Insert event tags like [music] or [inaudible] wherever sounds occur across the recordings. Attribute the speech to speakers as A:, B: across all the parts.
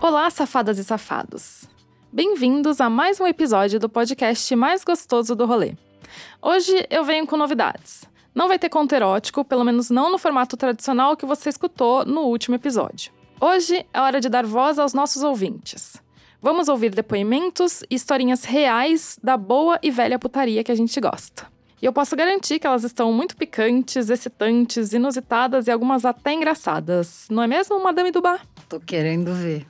A: Olá, safadas e safados! Bem-vindos a mais um episódio do podcast mais gostoso do rolê. Hoje eu venho com novidades. Não vai ter conto erótico, pelo menos não no formato tradicional que você escutou no último episódio. Hoje é hora de dar voz aos nossos ouvintes. Vamos ouvir depoimentos e historinhas reais da boa e velha putaria que a gente gosta. E eu posso garantir que elas estão muito picantes, excitantes, inusitadas e algumas até engraçadas. Não é mesmo, Madame Dubá?
B: Tô querendo ver.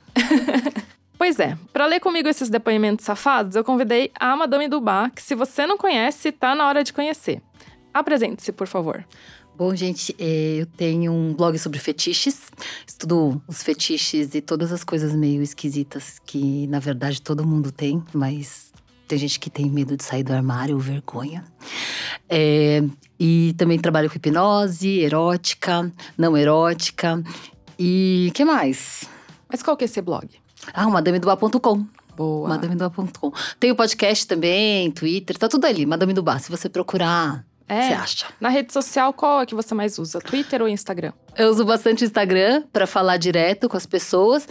A: Pois é, para ler comigo esses depoimentos safados, eu convidei a Madame Dubá, que se você não conhece, tá na hora de conhecer. Apresente-se, por favor.
B: Bom, gente, eh, eu tenho um blog sobre fetiches. Estudo os fetiches e todas as coisas meio esquisitas que, na verdade, todo mundo tem, mas tem gente que tem medo de sair do armário ou vergonha. Eh, e também trabalho com hipnose, erótica, não erótica. E que mais?
A: Mas qual que é esse blog?
B: Ah, o madamedobar.com.
A: Boa.
B: Madamedobar.com. Tem o podcast também, Twitter, tá tudo ali. Madame do Bar. Se você procurar, você
A: é.
B: acha.
A: Na rede social, qual é que você mais usa? Twitter ou Instagram?
B: Eu uso bastante o Instagram pra falar direto com as pessoas.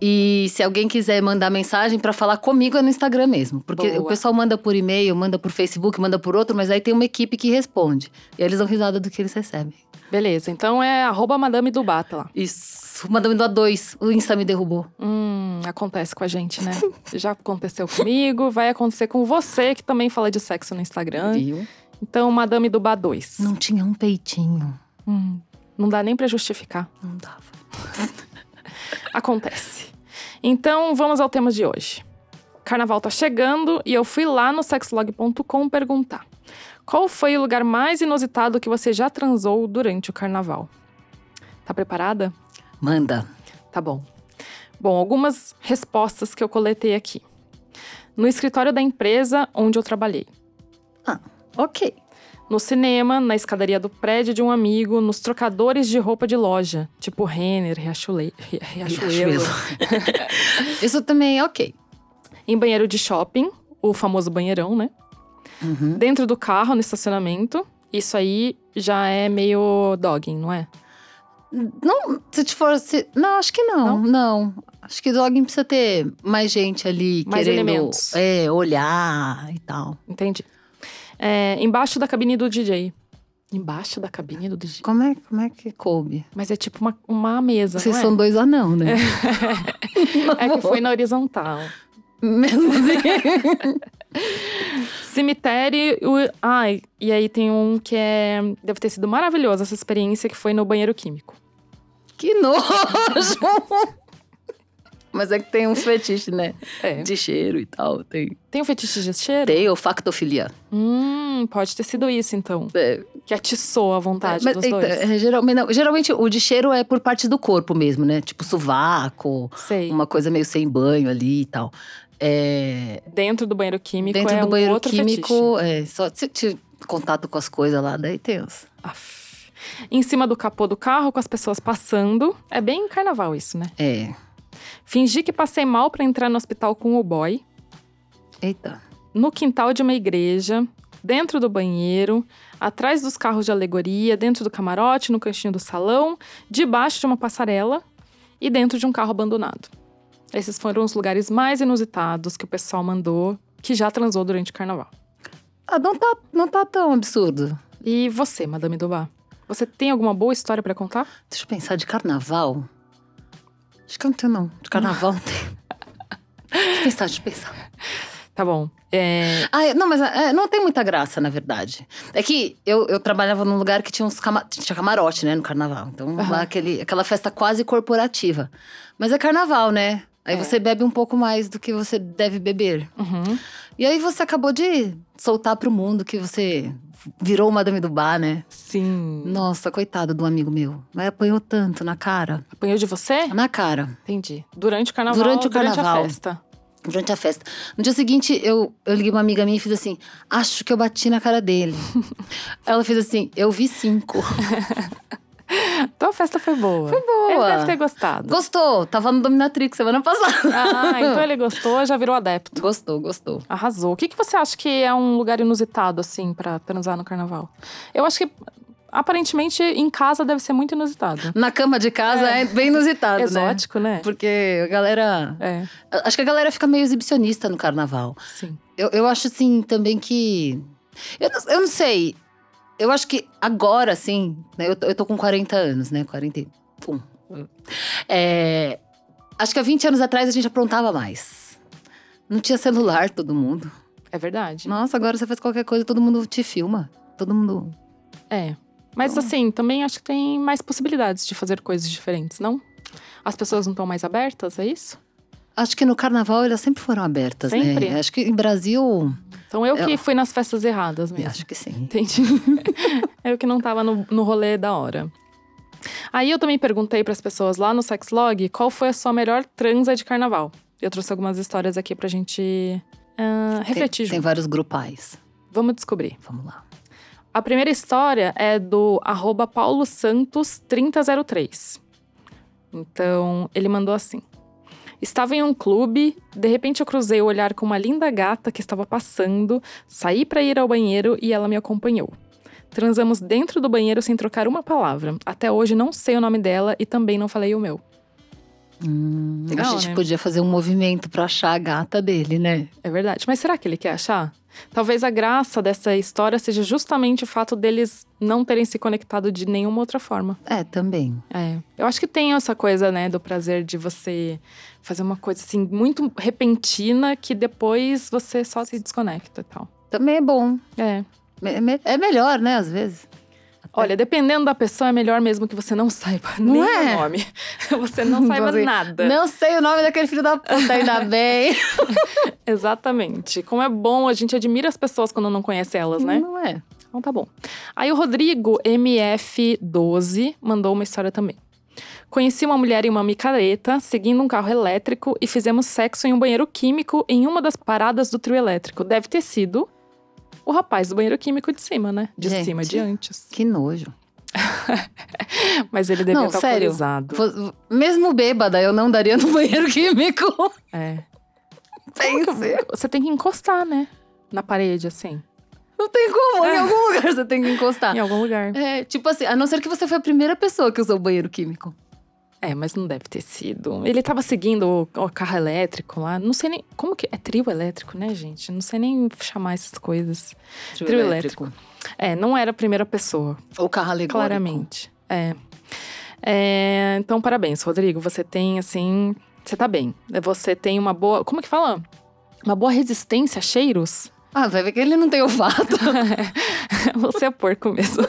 B: E se alguém quiser mandar mensagem pra falar comigo, é no Instagram mesmo. Porque
A: Boa.
B: o pessoal manda por e-mail, manda por Facebook, manda por outro, mas aí tem uma equipe que responde. E eles dão risada do que eles recebem.
A: Beleza, então é arroba Madame Dubá, tá lá.
B: Isso. Manda me doar dois. O Insta me derrubou.
A: Hum, acontece com a gente, né? Já aconteceu comigo, vai acontecer com você, que também fala de sexo no Instagram.
B: Viu?
A: Então, Madame Dubá 2.
B: Não tinha um peitinho.
A: Hum, não dá nem pra justificar.
B: Não dava.
A: Acontece. Então, vamos ao tema de hoje. Carnaval tá chegando e eu fui lá no sexlog.com perguntar: qual foi o lugar mais inusitado que você já transou durante o carnaval? Tá preparada?
B: Manda.
A: Tá bom. Bom, algumas respostas que eu coletei aqui. No escritório da empresa onde eu trabalhei.
B: Ok.
A: No cinema, na escadaria do prédio de um amigo, nos trocadores de roupa de loja, tipo Renner, Riachule... Ri- Riachuelo.
B: [laughs] Isso também é ok.
A: Em banheiro de shopping, o famoso banheirão, né?
B: Uhum.
A: Dentro do carro, no estacionamento. Isso aí já é meio dogging, não é?
B: Não, se te for. se- não, acho que não, não. Acho que Dogging precisa ter mais gente ali
A: Mais
B: querendo
A: elementos.
B: é, olhar e tal.
A: Entendi. É, embaixo da cabine do DJ. Embaixo da cabine do DJ.
B: Como é, como é que coube?
A: Mas é tipo uma, uma mesa,
B: Vocês
A: não é?
B: são dois anão, né?
A: [laughs] É que foi na horizontal.
B: Mesmo assim. [laughs]
A: Cemitério. o- Ai, e aí tem um que é. Deve ter sido maravilhoso essa experiência que foi no banheiro químico.
B: que nojo! Mas é que tem um fetiche, né?
A: É.
B: De cheiro e tal. Tem,
A: Tem um fetiche de cheiro?
B: tem olfactofilia.
A: Hum, pode ter sido isso então.
B: É,
A: Que atiçou a vontade
B: mas,
A: Tá, dos
B: então,
A: dois.
B: é, geralmente, não, geralmente o de cheiro é por parte do corpo mesmo, né? Tipo sovaco,
A: Sei.
B: uma coisa meio sem banho ali e tal. É,
A: Dentro do banheiro químico
B: Dentro
A: é
B: do
A: um
B: banheiro
A: outro fetiche.
B: químico, é, só se tiver contato com as coisas lá, daí tem uns.
A: Aff. Em cima do capô do carro, com as pessoas passando. É bem carnaval isso, né?
B: É.
A: Fingi que passei mal pra entrar no hospital com o boy.
B: Eita.
A: no quintal de uma igreja, dentro do banheiro, atrás dos carros de alegoria, dentro do camarote, no cantinho do salão, debaixo de uma passarela e dentro de um carro abandonado. Esses foram os lugares mais inusitados que o pessoal mandou que já transou durante o carnaval.
B: Ah, não tá, não tá tão absurdo.
A: E você, Madame Dubá? Você tem alguma boa história pra contar?
B: Deixa eu pensar, de carnaval? Acho que eu não tenho, não. De carnaval
A: [laughs]
B: não tem. Deixa eu pensar, deixa eu pensar.
A: Tá bom. É,
B: Ah, é, não, mas é, não tem muita graça, na verdade. É que eu, eu trabalhava num lugar que tinha uns cama, tinha camarote, né, no carnaval. Então,
A: Aham.
B: lá aquele, aquela festa quase corporativa. Mas é carnaval, né? Aí
A: É.
B: você bebe um pouco mais do que você deve beber.
A: uhum.
B: E aí você acabou de soltar pro mundo que você virou uma dame do bar, né?
A: Sim.
B: Nossa, coitado do amigo meu. Mas apanhou tanto na cara.
A: Apanhou de você?
B: Na cara.
A: Entendi. Durante o carnaval.
B: Durante o
A: Durante
B: carnaval.
A: a festa.
B: Durante a festa. No dia seguinte, eu, eu liguei uma amiga minha e fiz assim: acho que eu bati na cara [laughs] dele. Ela fez assim: eu vi [laughs] cinco.
A: Então a festa foi boa. Foi
B: boa.
A: Ele deve ter gostado.
B: Gostou? Tava no Dominatrix semana passada.
A: Ah, então ele gostou, já virou adepto.
B: [laughs] Gostou, gostou.
A: Arrasou. O que, que você acha que é um lugar inusitado, assim, pra transar no carnaval? Eu acho que aparentemente em casa deve ser muito inusitado.
B: Na cama de casa é, bem inusitado, né?
A: Exótico, né?
B: Porque a galera.
A: É,
B: Acho que a galera fica meio exibicionista no carnaval.
A: sim.
B: Eu, eu acho assim também que. Eu não, eu não sei. Eu acho que agora, assim, né, eu, tô- eu tô com 40 anos, né? 41. É, acho que há 20 anos atrás a gente aprontava mais. Não tinha celular, todo mundo.
A: É verdade.
B: Nossa, agora você faz qualquer coisa, todo mundo te filma. Todo mundo.
A: É. Mas assim, também acho que tem mais possibilidades de fazer coisas diferentes, não? As pessoas não estão mais abertas, é isso?
B: Acho que no carnaval elas sempre foram abertas,
A: Sempre.
B: né? Acho que em Brasil.
A: Então eu que
B: Eu-
A: fui nas festas erradas mesmo.
B: Acho que sim.
A: Entendi. [laughs] eu que não tava no, no rolê da hora. Aí eu também perguntei pras pessoas lá no Sexlog qual foi a sua melhor transa de carnaval. Eu trouxe algumas histórias aqui pra gente ah, refletir
B: Tem, tem
A: junto.
B: vários grupais.
A: Vamos descobrir.
B: Vamos lá.
A: A primeira história é do arroba paulosantos3003. Então, ele mandou assim. Estava em um clube, de repente eu cruzei o olhar com uma linda gata que estava passando, saí para ir ao banheiro e ela me acompanhou. Transamos dentro do banheiro sem trocar uma palavra. Até hoje não sei o nome dela e também não falei o meu.
B: Hum,
A: Legal,
B: a gente
A: né?
B: podia fazer um movimento pra achar a gata dele, né?
A: É verdade. Mas será que ele quer achar? Talvez a graça dessa história seja justamente o fato deles não terem se conectado de nenhuma outra forma.
B: É, também.
A: É, eu acho que tem essa coisa, né, do prazer de você fazer uma coisa assim muito repentina que depois você só se desconecta e tal.
B: Também é bom.
A: É.
B: É, me- é melhor, né, às vezes.
A: Olha, dependendo da pessoa, é melhor mesmo que você não saiba [laughs]
B: Não
A: nem
B: é?
A: o nome. Você não saiba
B: Você-
A: nada.
B: Não sei o nome daquele filho da
A: [laughs]
B: puta, ainda bem.
A: Exatamente. Como é bom, a gente admira as pessoas quando não conhece elas, né?
B: Não é.
A: Então tá bom. Aí o Rodrigo MF12 mandou uma história também. Conheci uma mulher em uma micareta, seguindo um carro elétrico e fizemos sexo em um banheiro químico em uma das paradas do trio elétrico. Deve ter sido o rapaz do banheiro químico de cima, né? De
B: Gente.
A: cima, de
B: [laughs]
A: antes.
B: Que nojo.
A: Mas ele devia
B: Não,
A: estar
B: sério.
A: alcoolizado.
B: Fo- Mesmo bêbada, eu não daria no banheiro [laughs] químico.
A: É.
B: Pense.
A: Você tem que encostar, né? Na parede, assim.
B: Não tem como.
A: É.
B: Em algum lugar você tem que encostar.
A: Em algum lugar.
B: É, tipo assim, a não ser que você foi a primeira pessoa que usou banheiro químico.
A: É, mas não deve ter sido. Ele tava seguindo o, o carro elétrico lá. Não sei nem. Como que. É trio elétrico, né, gente? Não sei nem chamar essas coisas. Trio elétrico. É, não era a primeira pessoa,
B: Ou carro alegórico.
A: claramente. É. É, Então, parabéns, Rodrigo. Você tem, assim. Você tá bem. Você tem uma boa. Como que fala? Uma boa resistência a cheiros?
B: Ah, vai ver que ele não tem olfato. [laughs]
A: [laughs] Você é porco mesmo.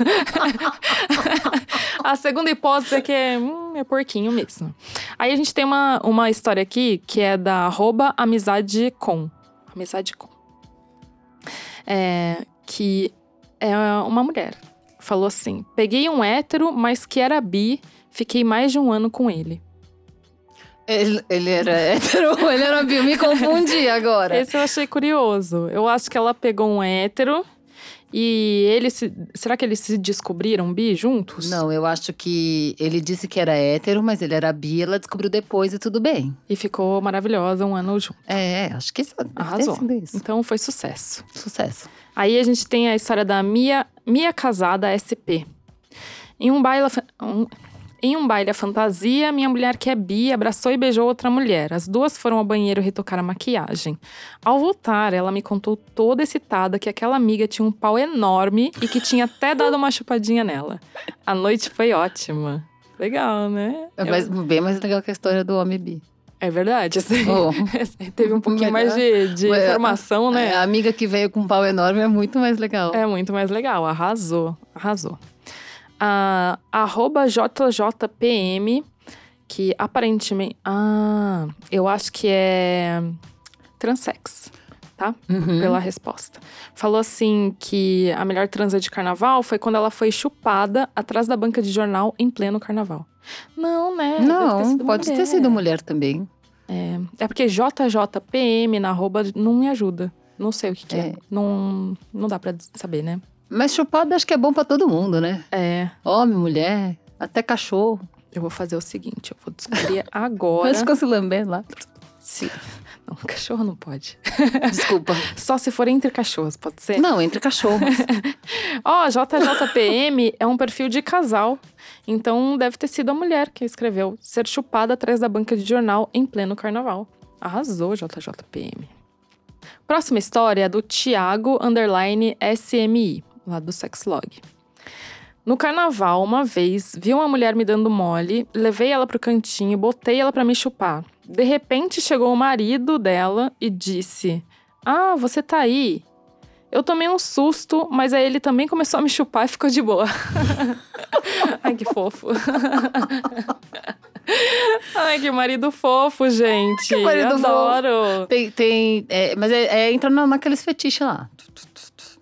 A: a segunda hipótese é que é, hum, é porquinho mesmo. Aí a gente tem uma, uma história aqui que é da arroba amizade com. Amizade com. É, que é uma mulher. Falou assim: peguei um hétero, mas que era bi, fiquei mais de um ano com ele.
B: Ele, ele era [laughs] hétero, ele era bi. Me confundi agora.
A: Esse eu achei curioso. Eu acho que ela pegou um hétero e ele se. Será que eles se descobriram bi juntos?
B: Não, eu acho que ele disse que era hétero, mas ele era bi, ela descobriu depois e tudo bem.
A: E ficou maravilhosa um ano junto.
B: É, é, acho que isso deve ter
A: Arrasou.
B: sido isso.
A: Então foi sucesso.
B: Sucesso.
A: Aí a gente tem a história da Mia, Mia Casada SP. Em um baile. fa- um- em um baile à fantasia, minha mulher que é bi abraçou e beijou outra mulher. As duas foram ao banheiro retocar a maquiagem. Ao voltar, ela me contou toda excitada que aquela amiga tinha um pau enorme e que tinha até dado uma chupadinha nela. A noite foi ótima. Legal, né?
B: É mais- bem mais legal que a história do
A: [laughs]
B: homem bi.
A: É verdade. assim.
B: [laughs] Oh,
A: [laughs] Teve um pouquinho mais de, de
B: Melhor. é,
A: informação, né?
B: A amiga que veio com um pau enorme é muito mais legal.
A: É muito mais legal, arrasou, arrasou. Ah, arroba JJPM, que aparentemente. Ah, eu acho que é transex, tá?
B: Uhum.
A: Pela resposta. Falou assim que a melhor transa de carnaval foi quando ela foi chupada atrás da banca de jornal em pleno carnaval. Não, né? Deve
B: Não,
A: sido
B: pode ter
A: mulher.
B: sido mulher também.
A: É porque JJPM na arroba não me ajuda. Não sei o que, que é.
B: É.
A: Não, não dá pra saber, né?
B: Mas chupada acho que é bom pra todo mundo, né?
A: É.
B: Homem, mulher, até cachorro.
A: Eu vou fazer o seguinte, eu vou descobrir agora [laughs]
B: Mas ficou se lambendo lá.
A: se Não, cachorro não pode. [laughs]
B: Desculpa.
A: Só se for entre cachorros, pode ser?
B: [laughs] Não, entre cachorros.
A: Ó, JJPM é um perfil de casal. Então deve ter sido a mulher que escreveu ser chupada atrás da banca de jornal em pleno carnaval. Arrasou, JJPM. Próxima história é do Thiago underline SMI, lá do Sexlog. No carnaval, uma vez, vi uma mulher me dando mole, levei ela pro cantinho, botei ela pra me chupar. De repente chegou o marido dela e disse: Ah, você tá aí? Eu tomei um susto, mas aí ele também começou a me chupar e ficou de boa. [laughs] Ai, que fofo. [laughs] Ai, que marido fofo, gente.
B: Que marido fofo.
A: Adoro.
B: Tem, tem é, mas é, é, entra na- naqueles fetiches lá.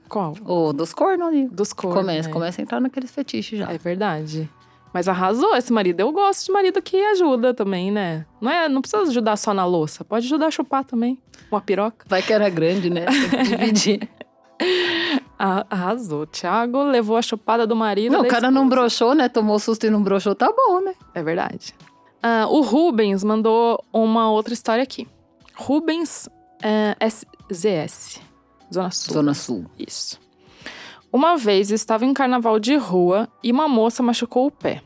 A: Qual?
B: Ou dos cornos ali.
A: Dos cornos.
B: Começa,
A: né?
B: começa a entrar naqueles fetiches já.
A: É verdade. Mas arrasou esse marido. Eu gosto de marido que ajuda também, né? Não, é, não precisa ajudar só na louça. Pode ajudar a chupar também. Uma piroca.
B: Vai que era grande, né? Tem que [laughs] dividir.
A: A- Arrasou. Tiago levou a chupada do marido.
B: não, o
A: da
B: cara não broxou, né? Tomou susto e não broxou, tá bom, né?
A: É verdade. Ah, o Rubens mandou uma outra história aqui. Rubens eh, S- ZS, Zona Sul.
B: Zona Sul.
A: Isso. Uma vez eu estava em carnaval de rua e uma moça machucou o pé.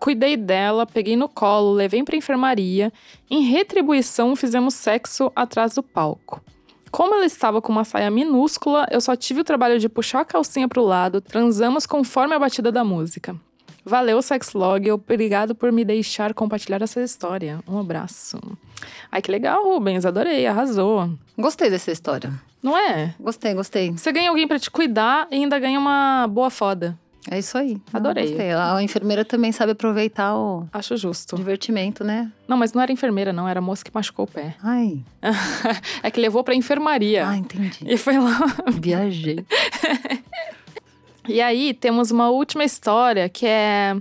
A: Cuidei dela, peguei no colo, levei para enfermaria. Em retribuição, fizemos sexo atrás do palco. Como ela estava com uma saia minúscula, eu só tive o trabalho de puxar a calcinha para o lado, transamos conforme a batida da música. Valeu, Sexlog, obrigado por me deixar compartilhar essa história. Um abraço. Ai, que legal, Rubens, adorei, arrasou.
B: Gostei dessa história.
A: Não é?
B: Gostei, gostei.
A: Você ganha alguém pra te cuidar e ainda ganha uma boa foda.
B: É isso aí. Não,
A: Adorei.
B: gostei. A enfermeira também sabe aproveitar o
A: Acho justo.
B: divertimento, né?
A: Não, mas não era enfermeira, não. Era a moça que machucou o pé.
B: Ai,
A: é que levou pra enfermaria.
B: ah, entendi.
A: E foi lá.
B: Viajei.
A: E aí temos uma última história que é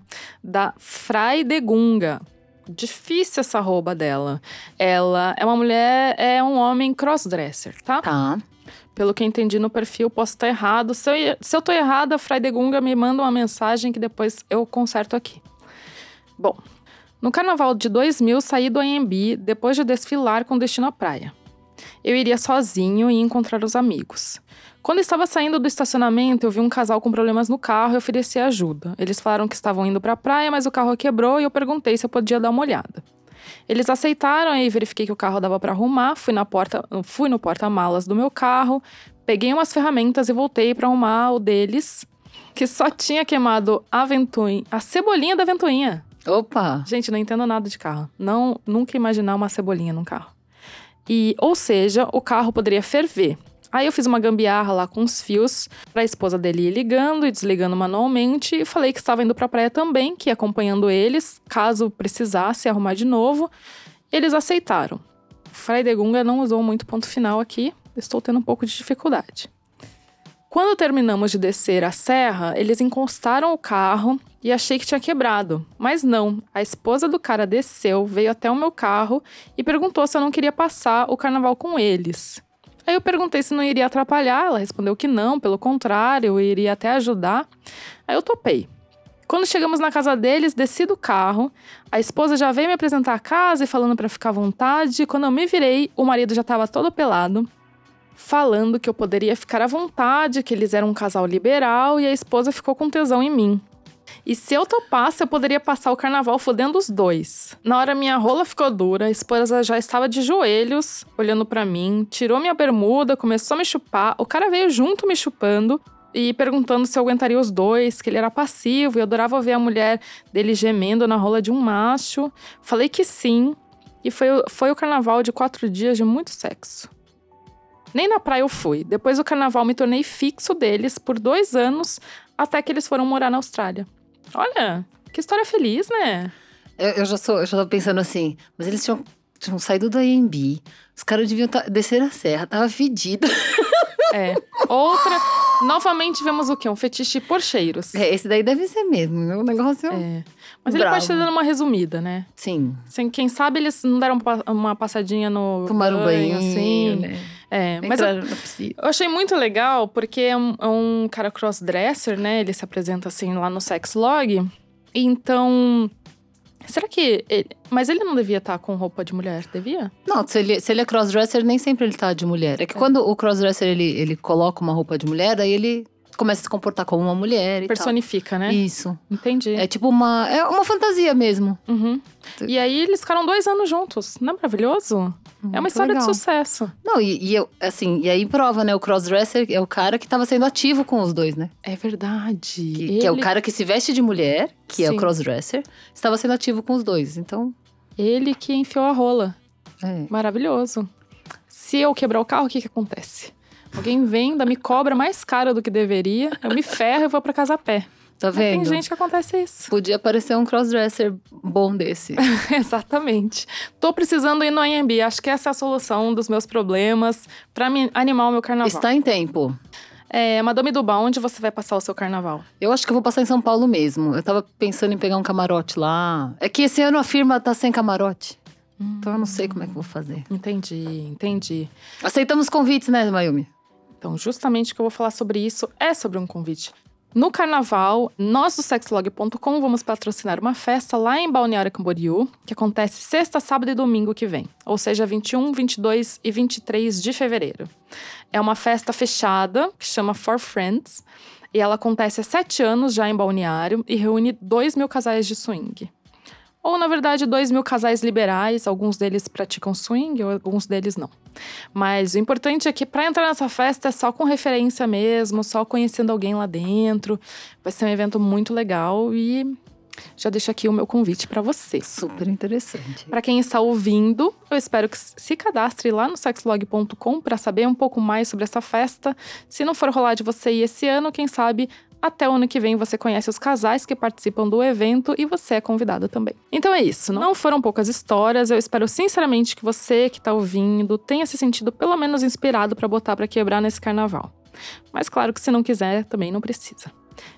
A: da Fray de Gunga. Difícil essa rouba dela. Ela é uma mulher, é um homem crossdresser, tá?
B: Tá.
A: Pelo que eu entendi no perfil, posso estar errado. Se eu, se eu tô errada, Fray de Gunga me manda uma mensagem que depois eu conserto aqui. Bom, no carnaval de 2000, saí do Anhembi depois de desfilar com destino à praia. Eu iria sozinho e encontrar os amigos. Quando estava saindo do estacionamento, eu vi um casal com problemas no carro e ofereci ajuda. Eles falaram que estavam indo para a praia, mas o carro quebrou e eu perguntei se eu podia dar uma olhada. Eles aceitaram e verifiquei que o carro dava para arrumar, fui, na porta, fui no porta-malas do meu carro, peguei umas ferramentas e voltei para arrumar o deles, que só tinha queimado a ventoinha, a cebolinha da ventoinha.
B: Opa.
A: Gente, não entendo nada de carro. Não, nunca imaginar uma cebolinha num carro. E, ou seja, o carro poderia ferver. Aí eu fiz uma gambiarra lá com os fios para a esposa dele ir ligando e desligando manualmente e falei que estava indo para a praia também, que ia acompanhando eles, caso precisasse arrumar de novo. Eles aceitaram. Fray de Gunga não usou muito ponto final aqui, estou tendo um pouco de dificuldade. Quando terminamos de descer a serra, eles encostaram o carro e achei que tinha quebrado. Mas não, a esposa do cara desceu, veio até o meu carro e perguntou se eu não queria passar o carnaval com eles. Aí eu perguntei se não iria atrapalhar, ela respondeu que não, pelo contrário, eu iria até ajudar. Aí eu topei. Quando chegamos na casa deles, desci do carro, a esposa já veio me apresentar a casa e falando para ficar à vontade. Quando eu me virei, o marido já estava todo pelado falando que eu poderia ficar à vontade, que eles eram um casal liberal e a esposa ficou com tesão em mim. E se eu topasse, eu poderia passar o carnaval fodendo os dois. Na hora minha rola ficou dura, a esposa já estava de joelhos, olhando pra mim, tirou minha bermuda, começou a me chupar, o cara veio junto me chupando e perguntando se eu aguentaria os dois, que ele era passivo e eu adorava ver a mulher dele gemendo na rola de um macho. Falei que sim, e foi, o- foi o carnaval de quatro dias de muito sexo. Nem na praia eu fui. Depois do carnaval me tornei fixo deles por dois anos, até que eles foram morar na Austrália. Olha, que história feliz, né?
B: Eu, eu já sou, eu já tava pensando assim, mas eles tinham, tinham saído do AMB. Os caras deviam tá- descer a serra, tava fedida.
A: É. Outra. Novamente vemos o quê? Um fetiche por cheiros.
B: [laughs] É, esse daí deve ser mesmo, né? Um negócio.
A: É. Mas ele
B: Bravo.
A: pode ter dando uma resumida, né?
B: Sim.
A: Assim, quem sabe eles não deram pa- uma passadinha no.
B: Tomaram um banho,
A: assim.
B: né?
A: É, mas eu,
B: Entraram na piscina.
A: eu achei muito legal porque é um, é um cara crossdresser, né? Ele se apresenta assim lá no Sexlog. Então, Será que. ele- Mas ele não devia estar com roupa de mulher, devia?
B: Não, se ele, se ele é crossdresser, nem sempre ele tá de mulher. É que quando o crossdresser, ele, ele coloca uma roupa de mulher, daí ele começa a se comportar como uma mulher tá. e
A: Personifica,
B: tal.
A: né?
B: Isso.
A: Entendi.
B: É tipo uma… É uma fantasia mesmo.
A: Uhum. E aí eles ficaram dois anos juntos. Não é maravilhoso? é
B: Muito
A: uma história
B: legal.
A: de sucesso.
B: Não, e, e eu, assim, e aí prova, né? O crossdresser é o cara que tava sendo ativo com os dois, né?
A: É verdade.
B: Que, que é o
A: Ele-
B: cara que se veste de mulher, que é o
A: Sim.
B: crossdresser, estava sendo ativo com os dois. Então,
A: Ele que enfiou a rola.
B: é.
A: Maravilhoso. Se eu quebrar o carro, o que, que acontece? Alguém venda, me cobra mais caro do que deveria, eu me ferro e vou pra casa a pé.
B: Tá
A: Mas tem
B: vendo?
A: gente que acontece isso. [laughs]
B: Podia aparecer um crossdresser bom desse.
A: Exatamente. Tô precisando ir no AMB. Acho que essa é a solução dos meus problemas pra me animar o meu carnaval.
B: Está em tempo.
A: É, Madame Dubá, onde você vai passar o seu carnaval?
B: Eu acho que eu vou passar em São Paulo mesmo. Eu tava pensando em pegar um camarote lá. É que esse ano a firma tá sem camarote. Então eu não sei como é que eu vou fazer.
A: Entendi, entendi.
B: Aceitamos convites, né, Mayumi?
A: Então, justamente o que eu vou falar sobre isso é sobre um convite. No carnaval, nós do sexlog.com vamos patrocinar uma festa lá em Balneário Camboriú, que acontece sexta, sábado e domingo que vem, ou seja, 21, 22 e 23 de fevereiro. É uma festa fechada, que chama For Friends, e ela acontece há sete anos já em Balneário e reúne 2 mil casais de swing. Ou, na verdade, 2 mil casais liberais, alguns deles praticam swing, ou alguns deles não. Mas o importante é que para entrar nessa festa é só com referência mesmo, só conhecendo alguém lá dentro. Vai ser um evento muito legal e já deixo aqui o meu convite para você.
B: Super interessante.
A: Para quem está ouvindo, eu espero que se cadastre lá no sexlog.com para saber um pouco mais sobre essa festa. Se não for rolar de você ir esse ano, quem sabe até o ano que vem você conhece os casais que participam do evento e você é convidada também. Então é isso. Não foram poucas histórias. Eu espero sinceramente que você que está ouvindo tenha se sentido pelo menos inspirado para botar para quebrar nesse carnaval. Mas claro que se não quiser, também não precisa.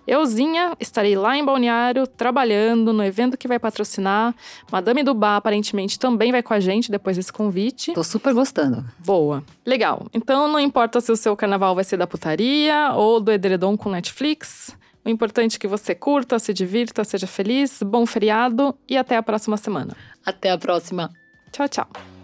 A: Euzinha estarei lá em Balneário trabalhando no evento que vai patrocinar. Madame Dubá aparentemente também vai com a gente depois desse convite.
B: Tô super gostando.
A: Boa. Legal. Então não importa se o seu carnaval vai ser da putaria ou do edredom com Netflix. O importante é que você curta, se divirta, seja feliz, bom feriado e até a próxima semana.
B: Até a próxima.
A: Tchau, tchau.